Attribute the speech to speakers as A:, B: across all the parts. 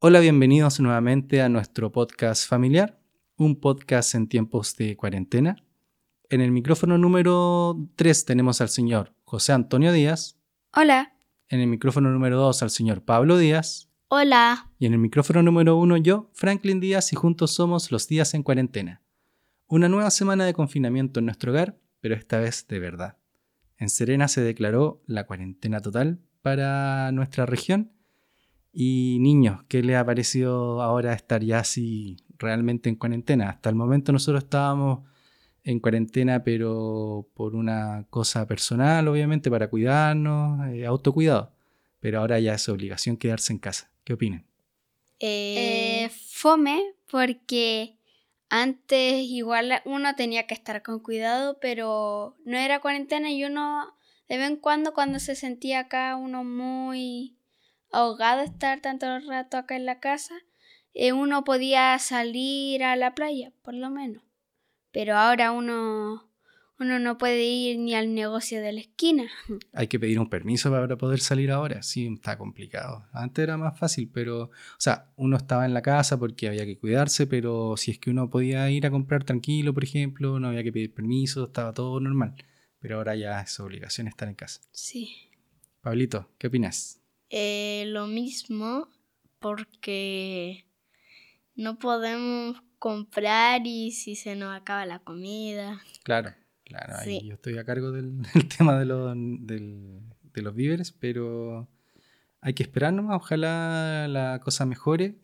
A: Hola, bienvenidos nuevamente a nuestro podcast familiar, un podcast en tiempos de cuarentena. En el micrófono número 3 tenemos al señor José Antonio Díaz,
B: Hola.
A: en el micrófono número 2 al señor Pablo Díaz
B: Hola.
A: y en el micrófono número 1 yo, Franklin Díaz, y juntos somos los días en cuarentena. Una nueva semana de confinamiento en nuestro hogar, pero esta vez de verdad. En Serena se declaró la cuarentena total para nuestra región. Y niños, ¿qué les ha parecido ahora estar ya así realmente en cuarentena? Hasta el momento nosotros estábamos en cuarentena, pero por una cosa personal, obviamente, para cuidarnos, eh, autocuidado. Pero ahora ya es obligación quedarse en casa. ¿Qué opinan?
B: Eh, fome porque antes igual uno tenía que estar con cuidado, pero no era cuarentena y uno de vez en cuando cuando se sentía acá uno muy ahogado estar tanto rato acá en la casa, eh, uno podía salir a la playa, por lo menos. Pero ahora uno uno no puede ir ni al negocio de la esquina.
A: Hay que pedir un permiso para poder salir ahora. Sí, está complicado. Antes era más fácil, pero, o sea, uno estaba en la casa porque había que cuidarse, pero si es que uno podía ir a comprar tranquilo, por ejemplo, no había que pedir permiso, estaba todo normal. Pero ahora ya es obligación estar en casa.
B: Sí.
A: Pablito, ¿qué opinas?
C: Eh, lo mismo porque no podemos comprar y si se nos acaba la comida.
A: Claro, claro. ahí
C: Sí.
A: Yo estoy a cargo del, del tema de, los- del- de los víveres, pero hay que esperar nomás. Ojalá la cosa mejore,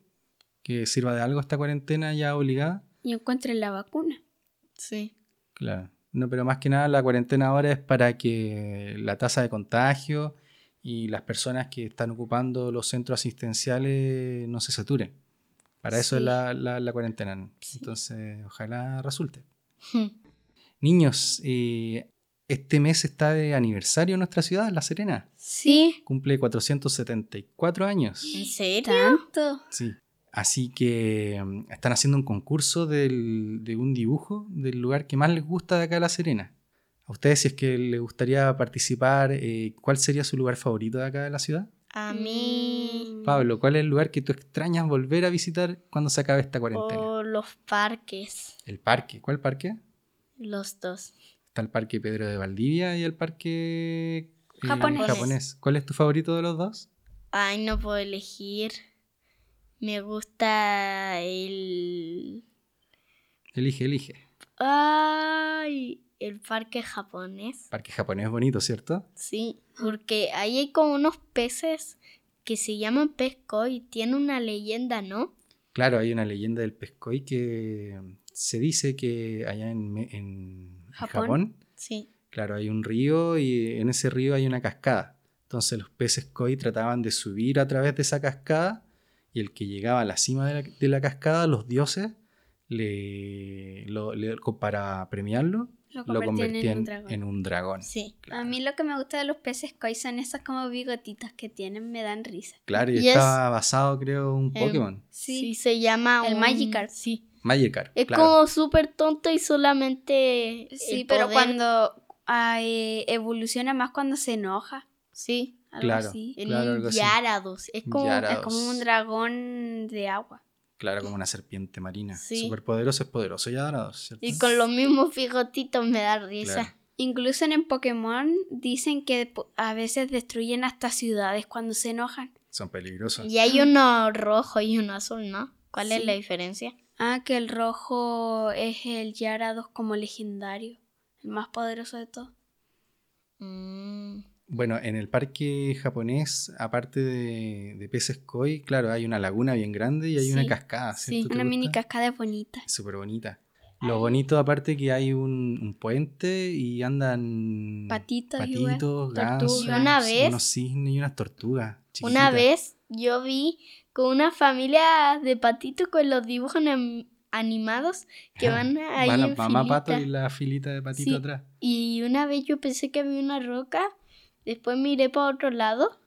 A: que sirva de algo esta cuarentena ya obligada.
B: Y encuentren la vacuna.
C: Sí.
A: Claro. No, pero más que nada la cuarentena ahora es para que la tasa de contagio y las personas que están ocupando los centros asistenciales no se saturen. Para eso es
C: Sí.
A: la, la- la cuarentena. ¿no? Entonces, ojalá resulte.
C: Hmm.
A: Niños, eh, este mes está de aniversario en nuestra ciudad, La Serena.
B: Sí.
A: Cumple 474 años.
C: ¿En serio?
B: Tanto.
A: Sí. Así que mm, están haciendo un concurso del- de un dibujo del lugar que más les gusta de acá de La Serena. A ustedes, si es que les gustaría participar, eh, ¿cuál sería su lugar favorito de acá de la ciudad?
C: A mí
A: Pablo, ¿cuál es el lugar que tú extrañas volver a visitar cuando se acabe esta cuarentena?
C: o los parques,
A: El parque. ¿Cuál parque?
C: los dos.
A: Está el parque Pedro de Valdivia y el parque eh,
B: Japonés.
A: japonés. ¿Cuál es tu favorito de los dos?
C: Ay, no puedo elegir. Me gusta el...
A: Elige, elige.
C: Ay, el parque japonés.
A: Parque japonés es bonito, ¿cierto?
C: Sí, porque ahí hay como unos peces que se llaman pesco y tiene una leyenda, ¿no?
A: Claro, hay una leyenda del pescoy que mm, se dice que allá en, Me- en
B: Japón.
A: Japón.
C: Sí.
A: claro, hay un río y en ese río hay una cascada. Entonces los peces koi trataban de subir a través de esa cascada y el que llegaba a la cima de la, de la cascada, los dioses, le, lo- le- co- para premiarlo,
B: Lo
A: lo convertían en un dragón.
C: Sí.
A: Claro.
B: A mí lo que me gusta de los peces koi son esas como bigotitas que tienen, me dan risa.
A: Claro, y,
C: y es-
A: estaba basado, creo, un
C: Eh,
A: Pokémon.
B: Sí.
C: se llama
B: El
C: un-
B: Magikarp.
C: Sí.
A: Magikarp.
C: Es
A: claro.
C: como súper tonto y solamente.
B: Sí,
C: el
B: pero
C: poder-
B: cuando ah, eh, evoluciona más cuando se enoja,
C: Sí.
B: algo
A: Claro.
B: así.
C: En
A: Claro, algo
C: un
A: así.
C: Gyarados. Es como.
A: Gyarados.
B: Es como un dragón de agua.
A: Claro, como una serpiente marina.
C: Sí.
A: Superpoderoso es poderoso. Ya dará ¿cierto?
C: Y con los mismos bigotitos me da risa.
A: Claro.
B: Incluso en el Pokémon dicen que po- a veces destruyen hasta ciudades cuando se enojan.
A: Son peligrosos.
C: Y hay uno rojo y uno azul, ¿no? ¿Cuál es
B: Sí.
C: la diferencia?
B: Ah, que el rojo es el Gyarados como legendario, el más poderoso de todos.
C: Mm,
A: Bueno, en el parque japonés, aparte de, de peces koi, claro, hay una laguna bien grande y hay una
C: Sí,
A: cascada,
C: sí.
A: ¿cierto? ¿Te
B: Una mini
A: gusta?
B: cascada es bonita.
A: Súper bonita. Lo bonito, aparte, que hay un, un puente y andan
B: Patitos, y weas.
A: patitos,
B: tortugas.
A: gansos,
B: Y
C: una vez-
A: unos cisnes y unas tortugas.
C: Una
A: chiquititas.
C: vez yo vi con una familia de patitos con los dibujos anim- animados que van ahí
A: Van Ah, la
C: en
A: mamá pato
C: filita.
A: y la filita de patito
C: Sí.
A: atrás.
C: Y una vez yo pensé que había una roca, después miré para otro lado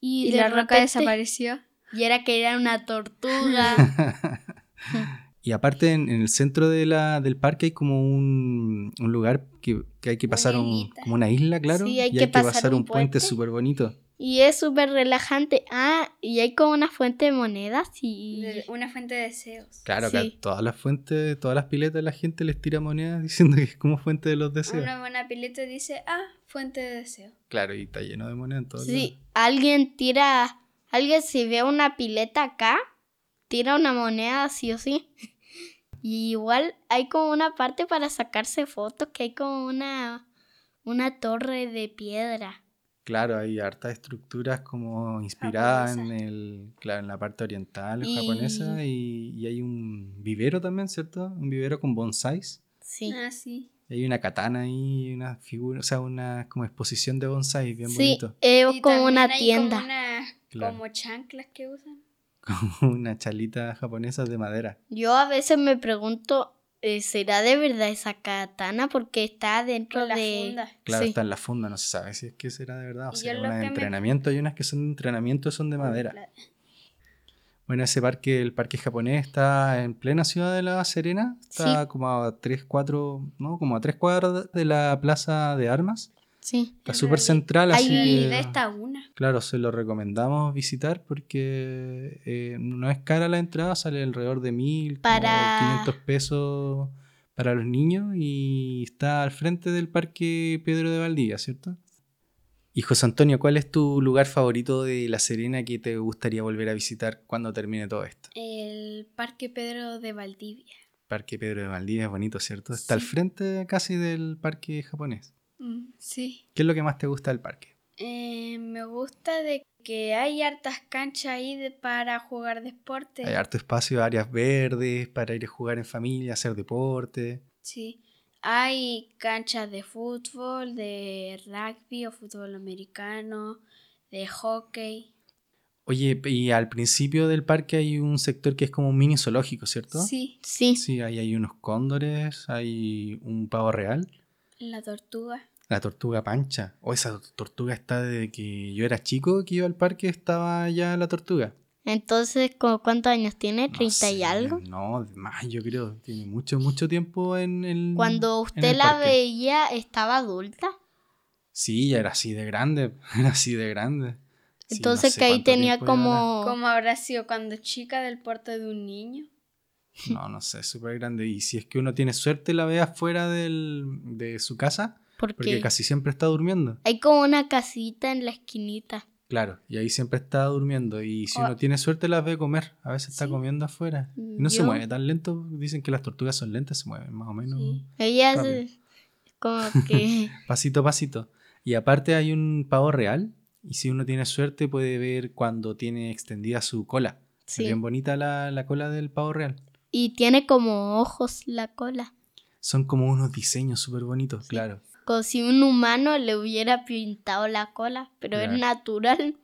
C: y,
B: Y,
C: de
B: la roca
C: repente-
B: desapareció.
C: Y era que era una tortuga.
A: Y aparte en, en el centro de la, del parque hay como un, un lugar que, que hay que
B: Una
A: pasar un-
B: islita.
A: como una isla, claro.
C: Sí, hay
A: y
C: que
A: hay que
C: pasar
A: pasar
C: un
A: un puente
C: puente.
A: súper bonito.
C: Y es súper relajante. Ah, y hay como una fuente de monedas y...
B: De- Una fuente de deseos.
A: Claro, acá
C: Sí.
A: todas las fuentes, todas las piletas, la gente les tira monedas diciendo que es como fuente de los deseos.
B: Una buena pileta dice, ah, fuente de deseo.
A: Claro, y está lleno de monedas en todo
C: Sí, alguien tira, alguien si ve una pileta acá, tira una moneda sí o sí. Y igual hay como una parte para sacarse fotos que hay como una, una torre de piedra.
A: Claro, hay hartas estructuras como inspiradas en
B: Japonesas.
A: el, claro, en la parte oriental japonesa y, y hay un vivero también, ¿cierto? Un vivero con bonsais.
C: Sí.
B: Ah, sí.
A: Y Hay una katana ahí, una figura, o sea, una como exposición de bonsais bien
C: Sí,
A: bonito.
C: eh,
B: Y
C: como
B: también
C: una
B: hay
C: tienda.
B: Como, una-
A: Claro.
B: como chanclas que usan.
A: Como una chalita japonesa de madera.
C: Yo a veces me pregunto, eh, ¿será de verdad esa katana? Porque está dentro
B: Con la
C: de...
B: funda.
A: Claro,
C: Sí.
A: está en la funda, no se sabe si es que será de verdad o
B: Y
A: sea,
B: yo
A: una
B: lo
A: de
B: que me-
A: entrenamiento. Hay unas que son de entrenamiento, son de madera.
B: La-
A: Bueno, ese parque, el parque japonés está en plena ciudad de La Serena, está como a 3, 4, ¿no? Como a tres cuadras de la plaza de armas.
C: Sí.
A: Está
B: En
A: súper
B: realidad-
A: central, así
B: En realidad
A: que...
B: está una.
A: Claro, se lo recomendamos visitar porque eh, no es cara la entrada, sale alrededor de mil,
C: Para-
A: 500 pesos para los niños y está al frente del Parque Pedro de Valdivia, ¿cierto? Y José Antonio, ¿cuál es tu lugar favorito de La Serena que te gustaría volver a visitar cuando termine todo esto?
B: El Parque Pedro de Valdivia.
A: Parque Pedro de Valdivia es bonito, ¿cierto? Está al
B: Sí.
A: frente casi del parque japonés.
B: Mm, sí.
A: ¿Qué es lo que más te gusta del parque?
B: Eh, me gusta de que hay hartas canchas ahí de- para jugar deporte.
A: Hay harto espacio, áreas verdes para ir a jugar en familia, hacer deporte.
B: Sí. Hay canchas de fútbol, de rugby o fútbol americano, de hockey.
A: Oye, p- y al principio del parque hay un sector que es como un mini zoológico, ¿cierto?
B: Sí,
C: Sí.
A: Sí, ahí hay unos cóndores, hay un pavo real,
B: la tortuga.
A: la tortuga pancha. O esa to- tortuga está desde que yo era chico que iba al parque, estaba ya la tortuga.
C: Entonces, ¿como ¿cuántos años tiene?
A: No
C: ¿30 y
A: sé,
C: algo?
A: No, más yo creo, tiene mucho, mucho tiempo en el...
C: Cuando
A: en
C: usted
A: el
C: la
A: parque.
C: veía, ¿estaba adulta?
A: Sí, ya era así de grande, era así de grande. Sí, no
C: Entonces
A: sé
C: que ahí
A: cuánto
C: tenía
A: tiempo llevará.
C: como...
B: Como habrá sido cuando chica del porte de un niño.
A: No, no sé, súper grande. Y si es que uno tiene suerte, la ve afuera del, de su casa, porque
C: Porque
A: casi siempre está durmiendo.
C: hay como una casita en la esquinita.
A: Claro, y ahí siempre está durmiendo. Y si
B: O-
A: uno tiene suerte, las ve comer. A veces está
B: Sí.
A: comiendo afuera. Y no se
C: Yo-
A: mueve tan lento. Dicen que las tortugas son lentas, se mueven más o menos
B: Sí.
C: Ella
A: Rápido.
C: es como que...
A: pasito a pasito. Y aparte hay un pavo real. Y si uno tiene suerte, puede ver cuando tiene extendida su cola.
C: sí.
A: Es bien bonita la, la cola del pavo real.
C: Y tiene como ojos la cola.
A: Son como unos diseños súper bonitos, claro.
C: Como si un humano le hubiera pintado la cola, pero
A: Claro.
C: es natural.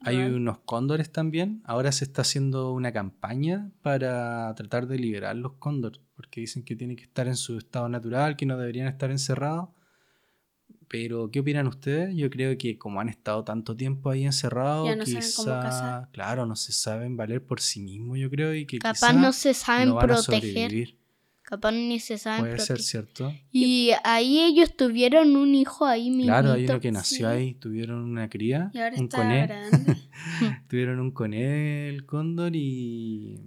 A: Hay
B: Real.
A: unos cóndores también. Ahora se está haciendo una campaña para tratar de liberar los cóndores, porque dicen que tienen que estar en su estado natural, que no deberían estar encerrados. Pero, ¿qué opinan ustedes? Yo creo que como han estado tanto tiempo ahí encerrados,
B: Ya no saben cómo
A: quizá,
B: cazar.
A: claro, no se saben valer por sí mismos, yo creo, y que
C: Capaz
A: quizá
C: no se saben
A: no van a
C: proteger.
A: sobrevivir.
C: Capaz ni se saben
A: Puede ser,
C: proteger.
A: ¿cierto?
C: Y ahí ellos tuvieron un hijo ahí mismo.
A: Claro, hay uno que nació
B: sí.
A: ahí, tuvieron una cría,
B: Y ahora
A: un
B: está
A: coné.
B: grande.
A: Tuvieron un coné, el cóndor y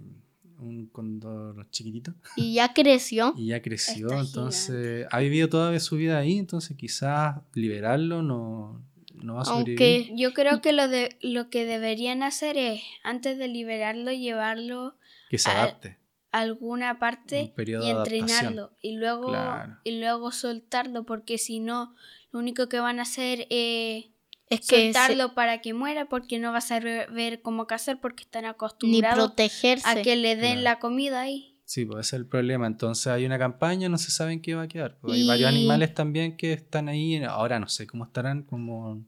A: un cóndor chiquitito.
C: Y ya creció.
A: Y ya creció,
B: Está
A: entonces ha vivido toda su vida ahí, entonces quizás liberarlo no, no va a sobrevivir.
C: Aunque-
B: Yo creo que lo, de, lo que deberían hacer es, antes de liberarlo, llevarlo
A: Que se
B: al-
C: ah,
A: adapte.
B: a alguna
A: Un
B: parte
A: periodo
B: y
A: de adaptación.
B: entrenarlo. Y luego,
A: Claro.
B: y luego soltarlo, porque si no, lo único que van a hacer es
C: Es que se-
B: soltarlo para que muera, porque no va a saber ver cómo cazar, porque están
C: ni
B: acostumbrados
C: protegerse.
B: a que le den
A: Claro.
B: la comida ahí.
A: Sí, pues ese es el problema. Entonces hay una campaña, no se sabe en qué va a quedar. pues, Hay varios
C: Y-
A: animales también que están ahí. Ahora no sé cómo estarán, como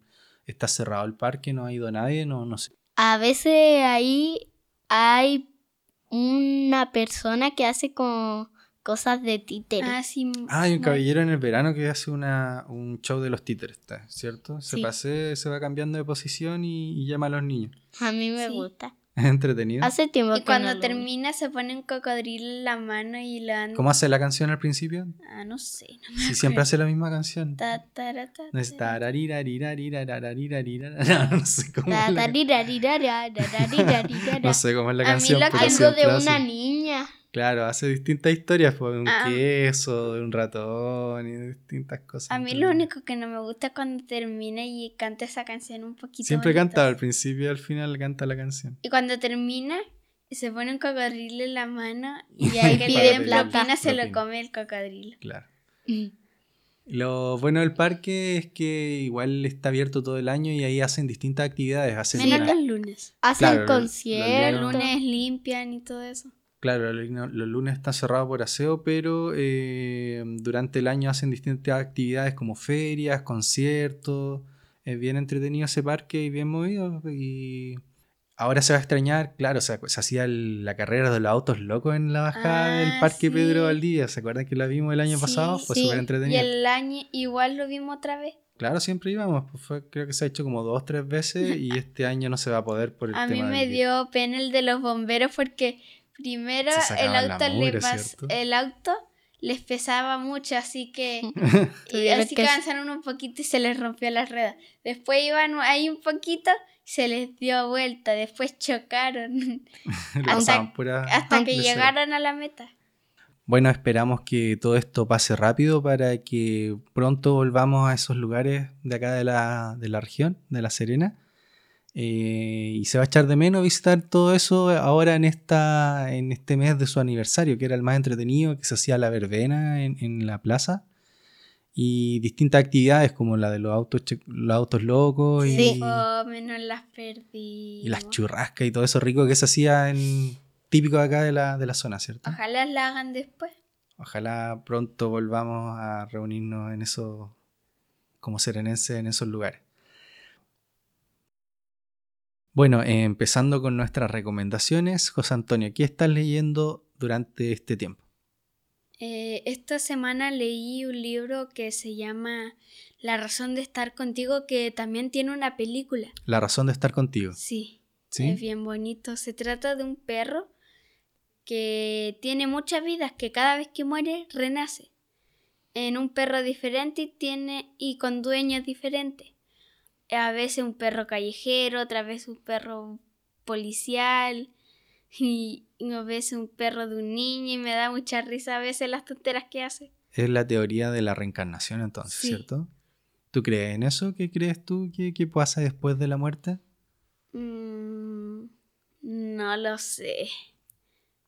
A: está cerrado el parque, no ha ido nadie, no, no sé.
C: A veces ahí hay una persona que hace como cosas de títere.
B: Ah, sí,
A: Ah, hay un
B: mu-
A: caballero en el verano que hace una, un show de los títeres, ¿tá? ¿cierto? Se
C: Sí.
A: pasea, se va cambiando de posición y, y llama a los niños.
C: a mí me
B: sí.
C: gusta.
A: Es entretenido.
C: Hace tiempo
B: Y
C: que
B: cuando
C: no lo-
B: termina se pone un cocodrilo en la mano y le dan...
A: ¿Cómo hace la canción al principio?
B: Ah, no sé. No
A: Si siempre hace la misma canción.
B: Ta, tara, ta,
A: No es
B: tara.
A: tararirarirarirarirarirarirara. No, no sé cómo es la,
C: Tararirarirararararirarirara.
A: no sé cómo es la
C: A mí
A: canción.
C: la
A: pero
C: canción de
A: siempre hace-
C: una niña.
A: Claro, hace distintas historias, pues, de un
B: Ah.
A: queso, de un ratón y de distintas cosas.
B: A mí lo único que no me gusta es cuando termina y canta esa canción un poquito.
A: Siempre
B: bonito.
A: canta, al principio y al final canta la canción.
B: Y cuando termina, se pone un cocodrilo en la mano
A: Y
B: y ahí que
A: pide
B: le den
A: plata.
B: propina se lo
A: Propina.
B: come el cocodrilo.
A: Claro. Lo bueno del parque es que igual está abierto todo el año y ahí hacen distintas actividades. Hacen
B: Menos
A: una-
B: los lunes.
A: Claro,
C: Hacen
A: lo- lo
B: El
A: Claro.
C: conciertos.
B: lunes limpian y todo eso.
A: Claro, los lun- los lunes está cerrado por aseo, pero eh, durante el año hacen distintas actividades como ferias, conciertos. Es bien entretenido ese parque y bien movido. Y ahora se va a extrañar, claro, se, se hacía el- la carrera de los autos locos en la bajada
B: Ah,
A: del Parque Pedro
B: sí.
A: Valdivia. ¿Se acuerdan que la vimos el año
B: Sí,
A: pasado? Fue
C: sí.
A: súper
B: Y
A: entretenido.
B: el año igual lo vimos otra vez.
A: Claro, siempre íbamos. pues fue- creo que se ha hecho como dos, tres veces y este año no se va a poder por el
B: A
A: tema
B: mí
A: del
B: me
A: virus.
B: dio pena el de los bomberos porque primero
A: Se
B: el
A: sacaban la
B: auto,
A: mugre,
B: le pas-
A: ¿cierto?
B: el auto les pesaba mucho, así que y
C: Tuvieron
B: así
C: que-
B: que avanzaron un poquito y se les rompió la rueda. Después iban ahí un poquito y se les dio vuelta, después chocaron
A: Le
B: hasta-
A: pasaban pura-
B: hasta que
A: lesera.
B: llegaron a la meta.
A: Bueno, esperamos que todo esto pase rápido para que pronto volvamos a esos lugares de acá de la, de la región, de La Serena. Eh, y se va a echar de menos visitar todo eso ahora en, esta, en este mes de su aniversario, que era el más entretenido, que se hacía la verbena en, en la plaza. Y distintas actividades como la de los autos, che- los autos locos y-
C: Sí.
B: Oh, menos las perdí.
A: y, las churrascas y todo eso rico que se hacía en, típico de acá de la, de la zona, ¿cierto?
B: Ojalá las hagan después.
A: Ojalá pronto volvamos a reunirnos en esos, como serenenses, en esos lugares. Bueno, eh, empezando con nuestras recomendaciones, José Antonio, ¿qué estás leyendo durante este tiempo?
B: Eh, esta semana leí un libro que se llama La razón de estar contigo, que también tiene una película.
A: La razón de estar contigo.
B: Sí, es
A: ¿Sí?
B: bien bonito. Se trata de un perro que tiene muchas vidas, que cada vez que muere renace en un perro diferente y tiene y con dueños diferentes. A veces un perro callejero, otra vez un perro policial y y a veces un perro de un niño y me da mucha risa a veces las tonteras que hace.
A: Es la teoría de la reencarnación entonces,
B: Sí.
A: ¿cierto? ¿Tú crees en eso? ¿Qué crees tú que, que pasa después de la muerte?
B: Mm, no lo sé.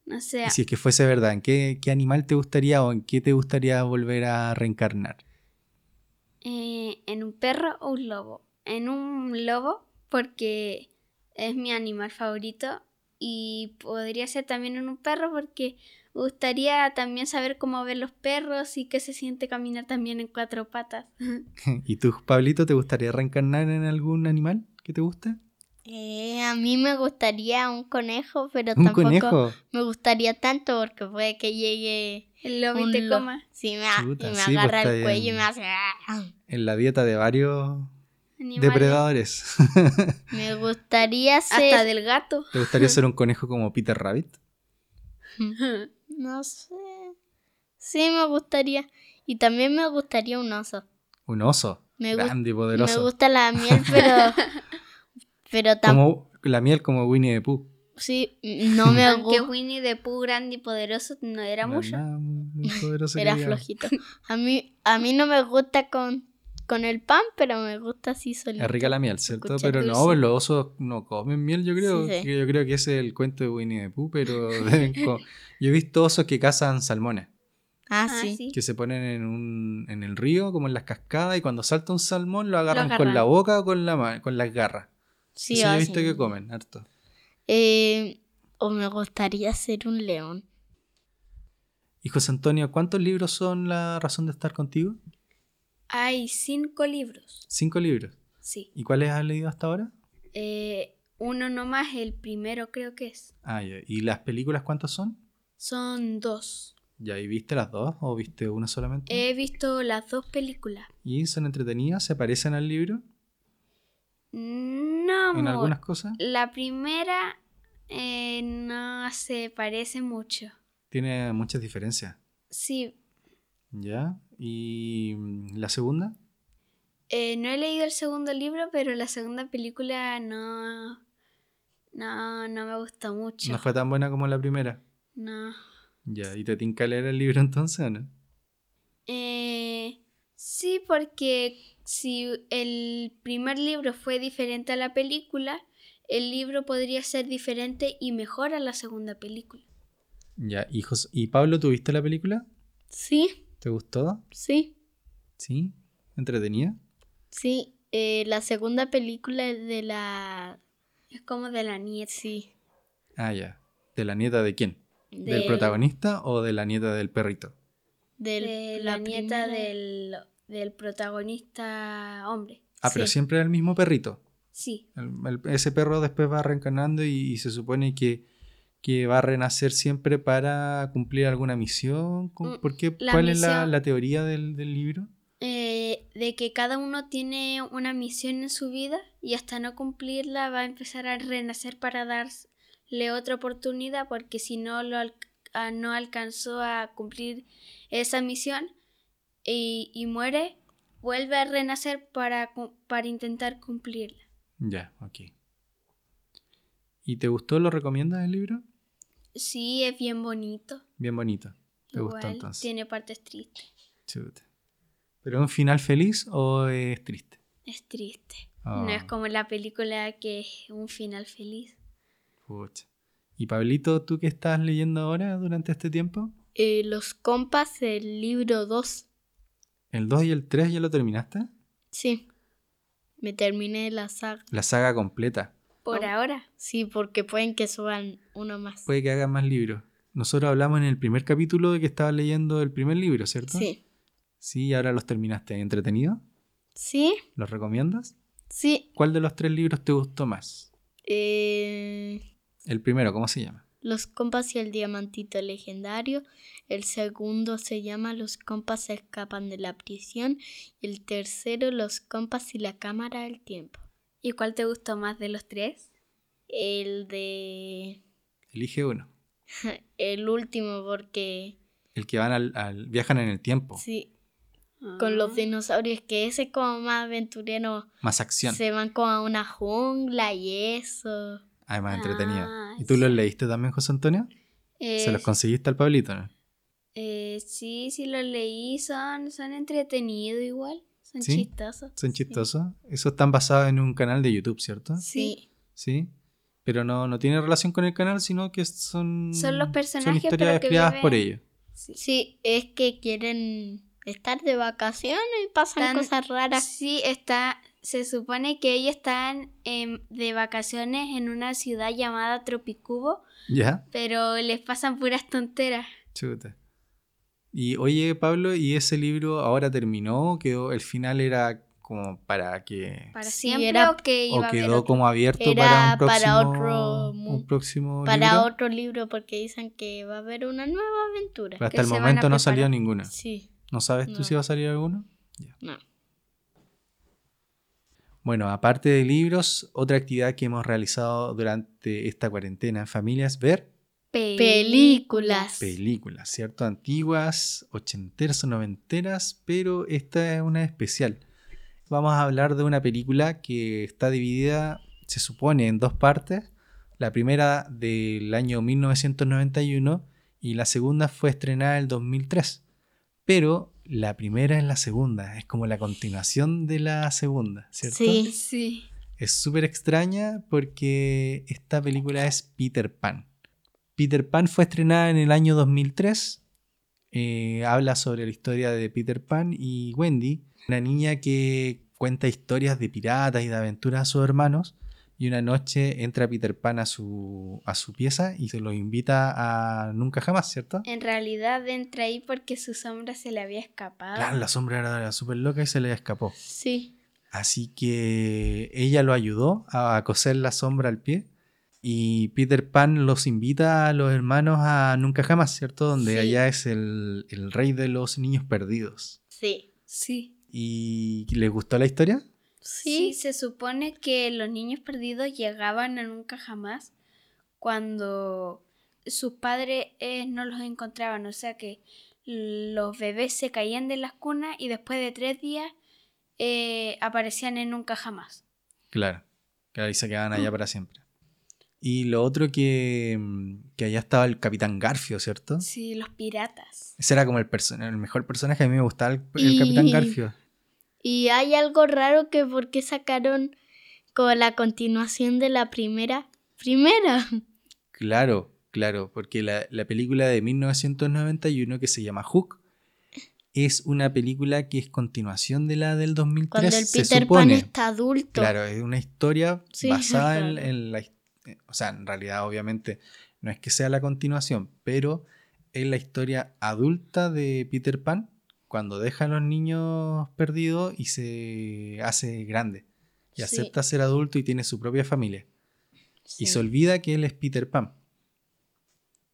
B: No sé.
A: Y si es que fuese verdad, ¿en qué, qué animal te gustaría o en qué te gustaría volver a reencarnar?
B: Eh, en un perro o un lobo. En un lobo porque es mi animal favorito y podría ser también en un perro porque me gustaría también saber cómo ven los perros y qué se siente caminar también en cuatro patas.
A: ¿Y tú, Pablito, te gustaría reencarnar en algún animal que te guste?
C: Eh, a mí me gustaría un conejo, pero
A: ¿Un
C: tampoco
A: conejo?
C: me gustaría tanto porque puede que llegue
B: El lobo y
C: un
B: te
C: lo-
B: coma.
C: Sí, me, a- y
A: Chuta,
C: me
A: sí, pues,
C: agarra
A: está
C: el cuello y
A: bien.
C: me hace... "Ah".
A: En la dieta de varios
B: Animales.
A: depredadores.
C: Me gustaría ser...
B: Hasta del gato.
A: ¿Te gustaría ser un conejo como Peter Rabbit?
C: No sé. Sí, me gustaría. Y también me gustaría un oso.
A: Un oso.
C: Me, gu-
A: grande y
C: me
A: poderoso.
C: gusta la miel, pero... pero tampoco...
A: como la miel como Winnie the Pooh.
C: Sí, no me
B: Aunque
C: gusta.
B: Winnie the Pooh grande y poderoso no era
A: No es
B: mucho.
A: nada muy, muy poderoso que
C: Era
A: digamos.
C: flojito. A mí, a mí no me gusta con, con el pan, pero me gusta así solito.
A: Es rica la miel, ¿cierto?
C: Escucha,
A: Pero no, pues
C: dulce.
A: los osos no comen miel, yo creo.
C: Sí, sí.
A: que- Yo creo que ese es el cuento de Winnie the Pooh, pero deben co- yo he visto osos que cazan salmones.
C: Ah,
B: Ah,
C: sí.
B: sí.
A: que se ponen en, un, en el río, como en las cascadas, y cuando salta un salmón lo agarran, con
B: agarran.
A: la boca o con, la ma- con las garras.
C: Sí,
A: Eso yo he
C: o
A: visto
C: sí.
A: que comen, harto.
C: Eh, o me gustaría ser un león.
A: Y José Antonio, ¿cuántos libros son la razón de estar contigo?
B: Hay cinco libros.
A: Cinco libros.
B: Sí.
A: ¿Y cuáles has leído hasta ahora?
B: Eh, uno nomás, el primero creo que es.
A: Ah, ya. ¿Y las películas cuántas son?
B: Son dos.
A: ¿Ya y viste las dos o viste una solamente?
B: He visto las dos películas.
A: ¿Y son entretenidas? ¿Se parecen al libro
B: No,
A: en
B: amor.
A: algunas cosas?
B: La primera Eh, no se parece mucho.
A: Tiene muchas diferencias.
B: Sí,
A: ¿Ya? ¿Y mm, la segunda?
B: eh, no he leído el segundo libro, pero la segunda película no. No, no me gustó mucho.
A: No fue tan buena como la primera.
B: No.
A: Ya, ¿y te tinca leer el libro entonces o no?
B: Eh, sí, porque si el primer libro fue diferente a la película, el libro podría ser diferente y mejor a la segunda película.
A: Ya, hijos. ¿Y Pablo, tuviste la película?
C: Sí,
A: ¿Te gustó?
C: sí,
A: ¿Sí? ¿Entretenida?
C: sí. Eh, la segunda película es de la...
B: Es como de la nieta.
C: Sí.
A: Ah, ya. ¿De la nieta de quién? ¿Del
C: de-
A: protagonista o de la nieta del perrito?
C: del-
B: de la, nieta
C: primera-
B: del, del protagonista hombre.
A: Ah, pero
C: Sí.
A: siempre era el mismo perrito.
B: Sí,
A: El- el- ese perro después va reencarnando y, y se supone que, que va a renacer siempre para cumplir alguna misión. ¿Con-
B: Mm,
A: ¿Por qué?
B: la
A: ¿Cuál es la,
B: misión-
A: la teoría del, del libro?
B: eh, de que cada uno tiene una misión en su vida y hasta no cumplirla va a empezar a renacer para darle otra oportunidad porque si no, lo al- a- no alcanzó a cumplir esa misión y, y muere, vuelve a renacer para, cu- para intentar cumplirla.
A: Ya, ok. ¿Y te gustó? ¿Lo recomiendas el libro?
B: Sí, es bien bonito.
A: Bien bonito. ¿Te gustó
B: Igual
A: entonces?
B: tiene partes tristes.
A: Chuta. ¿Pero es un final feliz o es triste?
B: Es triste.
A: Ah,
B: No es como la película que es un final feliz.
A: pucha. ¿Y Pablito, tú qué estás leyendo ahora durante este tiempo?
C: eh, los compas del libro 2.
A: ¿El 2 y el 3 ya lo terminaste?
C: Sí. Me terminé la saga.
A: La saga completa.
B: Por
C: Oh.
B: ahora.
C: Sí, porque pueden que suban uno más.
A: Puede que hagan más libros. Nosotros hablamos en el primer capítulo de que estabas leyendo el primer libro, ¿cierto?
C: Sí.
A: Sí, y ahora los terminaste. ¿Entretenido?
C: Sí,
A: ¿Los recomiendas?
C: sí.
A: ¿Cuál de los tres libros te gustó más?
C: Eh,
A: El primero, ¿cómo se llama?
C: los compas y el diamantito legendario. El segundo se llama Los compas se escapan de la prisión. Y el tercero, Los compas y la cámara del tiempo.
B: ¿Y cuál te gustó más de los tres?
C: El de...
A: Elige uno.
C: El último, porque...
A: El que van al, al- viajan en el tiempo.
C: Sí, con
B: Ah.
C: los dinosaurios, que ese es como más aventurero.
A: Más acción.
C: Se van como a una jungla y eso.
A: Además,
B: Ah,
A: entretenido. ¿Y tú
B: sí.
A: los leíste también, José Antonio?
B: Eh,
A: ¿Se los conseguiste al Pablito? no?
B: eh, sí, sí los leí. Son, son entretenidos igual. Son
A: ¿Sí?
B: chistosos.
A: Son chistosos. Eso están basados en un canal de YouTube, ¿cierto?
B: Sí.
A: Sí. Pero no, no tiene relación con el canal, sino que son.
B: Son los
A: Son
B: personajes,
A: historias
B: pero que
A: creadas por
B: viven-
A: ellos.
B: Sí.
C: Sí, es que quieren estar de vacaciones y pasan
B: Tan-
C: cosas raras.
B: Sí, está. Se supone que ellos están em, de vacaciones en una ciudad llamada Tropicubo,
A: ¿Ya?
B: pero les pasan puras tonteras.
A: Chuta. Y oye, Pablo, ¿y ese libro ahora terminó? ¿Quedó? ¿El final era como para que.?
B: Para
C: Sí,
B: siempre
C: era-
B: o que iba
A: ¿O
B: a haber
A: quedó
B: otro?
A: como abierto
C: Era
A: para un próximo.
C: para otro mu-
A: un próximo
C: Para
A: libro?
C: otro libro, porque dicen que va a haber una nueva aventura.
A: Pero hasta
B: que
A: el
B: se van a
A: momento no salió
B: preparar.
A: ninguno.
C: Sí,
A: ¿No sabes tú
C: No.
A: si va a salir alguno?
C: no.
A: Bueno, aparte de libros, otra actividad que hemos realizado durante esta cuarentena en familia es ver
C: Películas.
A: películas, ¿cierto? Antiguas, ochenteras o noventeras, pero esta es una especial. Vamos a hablar de una película que está dividida, se supone, en dos partes. La primera del año 1991 y la segunda fue estrenada en el 2003. Pero la primera es la segunda, es como la continuación de la segunda, ¿cierto?
C: Sí.
B: Sí.
A: Es súper extraña porque esta película es Peter Pan. Peter Pan fue estrenada en el año 2003. Eh, habla sobre la historia de Peter Pan y Wendy, una niña que cuenta historias de piratas y de aventuras a sus hermanos. Y una noche entra Peter Pan a su, a su pieza y se lo invita a Nunca Jamás, ¿cierto?
B: En realidad entra ahí porque su sombra se le había escapado.
A: Claro, la sombra era era súper loca y se le escapó.
C: Sí,
A: Así que ella lo ayudó a coser la sombra al pie. Y Peter Pan los invita a los hermanos a Nunca Jamás, ¿cierto? Donde
C: Sí.
A: allá es el, el rey de los niños perdidos.
C: sí.
B: Sí.
A: ¿Y les gustó la historia?
B: Sí,
C: Sí,
B: se supone que los niños perdidos llegaban a nunca jamás cuando sus padres eh, no los encontraban, o sea que los bebés se caían de las cunas y después de tres días eh, aparecían en nunca jamás.
A: Claro, claro, y se quedaban allá
C: Mm.
A: para siempre. Y lo otro que, que allá estaba el Capitán Garfio, ¿cierto?
B: Sí, los piratas.
A: Ese era como el, perso- el mejor personaje, a mí me gustaba el, el Capitán
C: Y-
A: Garfio.
C: Y hay algo raro que por qué sacaron con la continuación de la primera. Primera.
A: Claro, claro, porque la, la película de 1991 que se llama Hook es una película que es continuación de la del 2003,
C: Cuando el
A: se
C: Peter Pan
A: supone.
C: está adulto.
A: Claro, es una historia
C: Sí,
A: basada en,
C: claro.
A: en la... his- eh, O sea, en realidad obviamente no es que sea la continuación, pero es la historia adulta de Peter Pan cuando deja a los niños perdidos y se hace grande y
C: Sí.
A: acepta ser adulto y tiene su propia familia.
C: Sí.
A: Y se olvida que él es Peter Pan.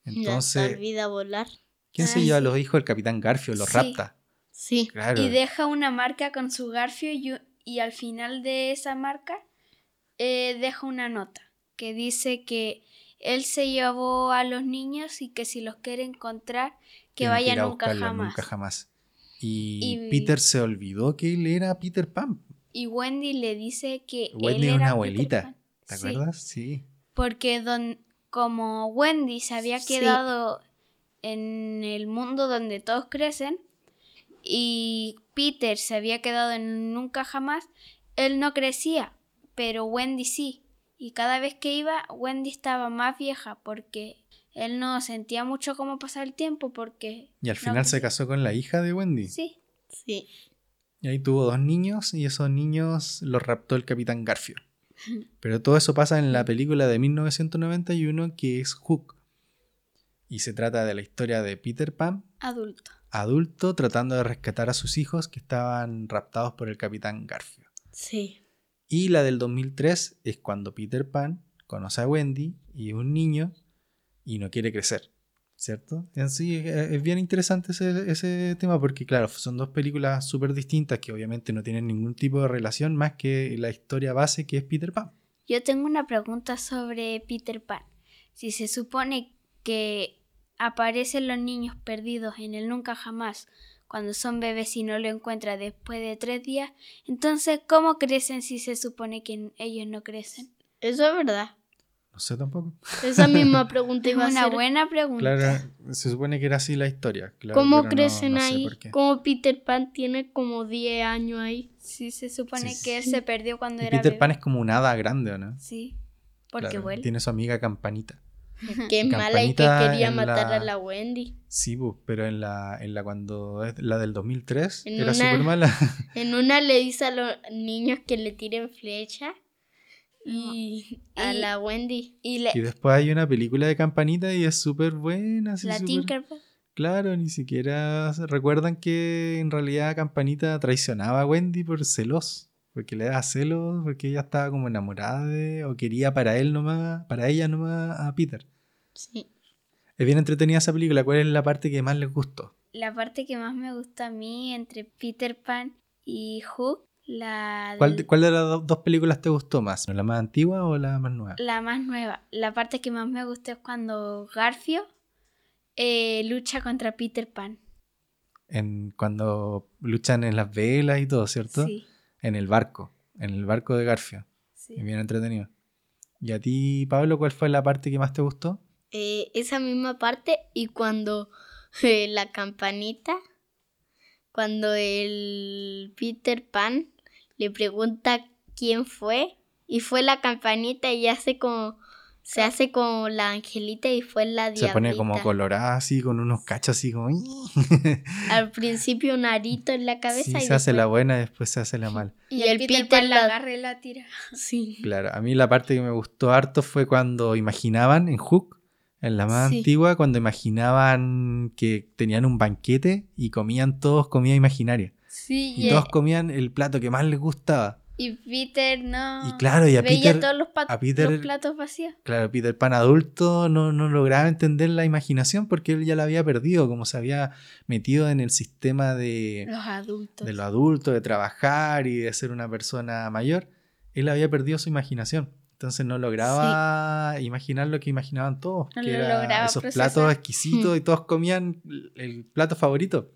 C: Ya se
A: Entonces,
C: olvida volar.
A: ¿quién se
B: Ay,
A: lleva a
B: sí.
A: los hijos? El capitán Garfio, los
B: Sí.
A: rapta.
C: Sí.
A: Claro.
B: Y deja una marca con su garfio y, y al final de esa marca eh, deja una nota que dice que él se llevó a los niños y que si los quiere encontrar, que
A: Tienen
B: vaya
A: ir a
B: nunca
A: buscarlo
B: jamás.
A: nunca jamás. Y,
B: Y-
A: Peter se olvidó que él era Peter Pan.
B: Y Wendy le dice que...
A: Wendy era
B: él era
A: una
B: Peter
A: abuelita,
B: Pan.
A: ¿Te
B: Sí,
A: acuerdas? Sí.
B: Porque don, como Wendy se había
C: Sí.
B: quedado en el mundo donde todos crecen y Peter se había quedado en nunca jamás, él no crecía, pero Wendy sí. Y cada vez que iba, Wendy estaba más vieja porque él no sentía mucho cómo pasaba el tiempo porque...
A: Y al
B: no
A: final se
B: crecía.
A: casó con la hija de Wendy.
B: Sí.
C: Sí.
A: Y ahí tuvo dos niños y esos niños los raptó el capitán Garfio. Pero todo eso pasa en la película de 1991 que es Hook. Y se trata de la historia de Peter Pan,
B: Adulto.
A: adulto tratando de rescatar a sus hijos que estaban raptados por el capitán Garfio.
C: Sí.
A: Y la del 2003 es cuando Peter Pan conoce a Wendy y es un niño y no quiere crecer, ¿cierto? En sí es es bien interesante ese, ese tema porque, claro, son dos películas súper distintas que obviamente no tienen ningún tipo de relación más que la historia base que es Peter Pan.
B: Yo tengo una pregunta sobre Peter Pan. Si se supone que aparecen los niños perdidos en el nunca jamás cuando son bebés y no lo encuentran después de tres días, entonces ¿cómo crecen si se supone que n- ellos no crecen?
C: Eso es verdad.
A: No sé tampoco.
C: Esa misma pregunta
B: Es
C: iba a
B: una
C: ser.
B: buena pregunta.
A: Claro, se supone que era así la historia. Claro,
C: ¿Cómo
A: pero no-
C: crecen
A: no sé
C: ahí?
A: por qué.
C: Como Peter Pan tiene como 10 años ahí.
B: Si se supone
A: Sí,
B: que él se perdió cuando
A: Y
B: era
A: Peter
B: bebé.
A: Pan es como un hada grande, ¿o no?
B: Sí, porque
A: Claro,
B: vuelve.
A: Tiene su amiga Campanita.
C: Que es mala y que
A: Campanita
C: quería
A: en
C: matar a
A: la-
C: la Wendy.
A: Sí, bu, pero en la, en la cuando es la del 2003
C: En
A: era
C: una-
A: súper mala.
C: En una le dice a los niños que le tiren flecha. Y a
B: Y-
C: la Wendy.
B: Y le-
A: Y después hay una película de campanita y es súper buena. así
B: la
A: súper-
B: Tinkerbell.
A: Claro, ni siquiera se- recuerdan que en realidad campanita traicionaba a Wendy por celos. Porque le daba celos, porque ella estaba como enamorada de, o quería para él nomás, para ella nomás a Peter.
C: Sí.
A: Es bien entretenida esa película. ¿Cuál es la parte que más les gustó?
B: La parte que más me gusta a mí entre Peter Pan y Hook, la
A: ¿Cuál
B: del-
A: de, cuál de las do- dos películas te gustó más? ¿La más antigua o la más nueva?
B: La más nueva. La parte que más me gusta es cuando Garfio eh, lucha contra Peter Pan.
A: En, cuando luchan en las velas y todo, ¿cierto?
B: Sí,
A: En el barco, en el barco de Garfio.
B: sí.
A: Es bien entretenido. ¿Y a ti, Pablo, cuál fue la parte que más te gustó?
C: Eh, esa misma parte y cuando eh, la campanita, cuando el Peter Pan le pregunta quién fue y fue la campanita y hace como se hace como la angelita y fue la diablita.
A: Se pone como colorada así, con unos cachos así como...
C: Al principio un arito en la
A: Sí,
C: cabeza y,
A: se hace
C: después-
A: la buena, después se hace la mala.
C: y el Peter, la-
B: la agarra y la tira.
C: sí.
A: Claro, a mí la parte que me gustó harto fue cuando imaginaban en Hook, en la más
C: Sí.
A: antigua, cuando imaginaban que tenían un banquete y comían todos comida imaginaria.
B: Sí,
A: Y
B: y,
A: todos comían el plato que más les gustaba.
B: y Peter no.
A: Y claro, y a
B: Ah, veía
A: Peter...
B: todos los, pat-
A: a Peter-
B: los platos vacíos.
A: Claro, Peter Pan adulto no, no lograba entender la imaginación porque él ya la había perdido, como se había metido en el sistema de,
B: Los adultos.
A: de lo adulto, de trabajar y de ser una persona mayor, él había perdido su imaginación. Entonces no lograba imaginar lo que imaginaban todos,
B: No
A: que
B: lo
A: era
B: lograba
A: esos
B: procesar.
A: platos exquisitos y todos comían el- el plato favorito.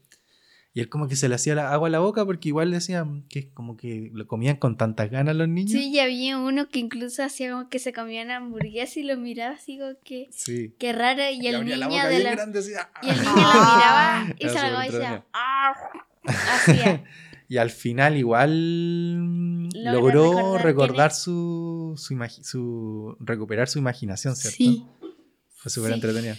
A: Y él como que se le hacía la agua a la boca porque igual decían que como que lo comían con tantas ganas los niños.
B: Sí, y había uno que incluso hacía como que se comía una hamburguesa y lo miraba así como que...
A: Sí.
B: Qué raro, y el
A: abría
B: niño
A: la boca
B: de
A: bien
B: la...
A: grande, así, ¡ah!
B: Y el niño lo miraba y
A: Era
B: se
A: súper
B: lo y decía...
A: entretenido.
B: "Ah", Hacía.
A: Y al final igual mm,
B: Logra
A: logró
B: recordar
A: recordar,
B: quién
A: su, su, imagi- su- recuperar su imaginación, ¿cierto?
C: Sí.
A: Fue súper
B: Sí.
A: entretenido.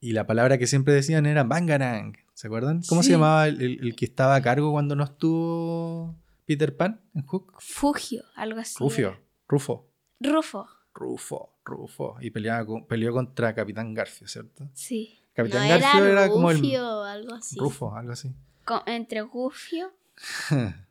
A: Y la palabra que siempre decían era Bangarang, ¿se acuerdan? ¿Cómo
B: Sí.
A: se llamaba el, el- el que estaba a cargo cuando no estuvo Peter Pan en Hook?
B: Fugio, algo así.
A: Rufio, Rufo,
B: era. Rufo,
A: Rufo, Rufo. Y peleaba con- peleó contra Capitán Garfio, ¿cierto?
B: sí.
A: Capitán
C: no
A: Garfio
C: era,
A: era como
C: Goofy
A: el...
C: o algo así.
A: Rufo, algo así.
B: Co- entre Gufio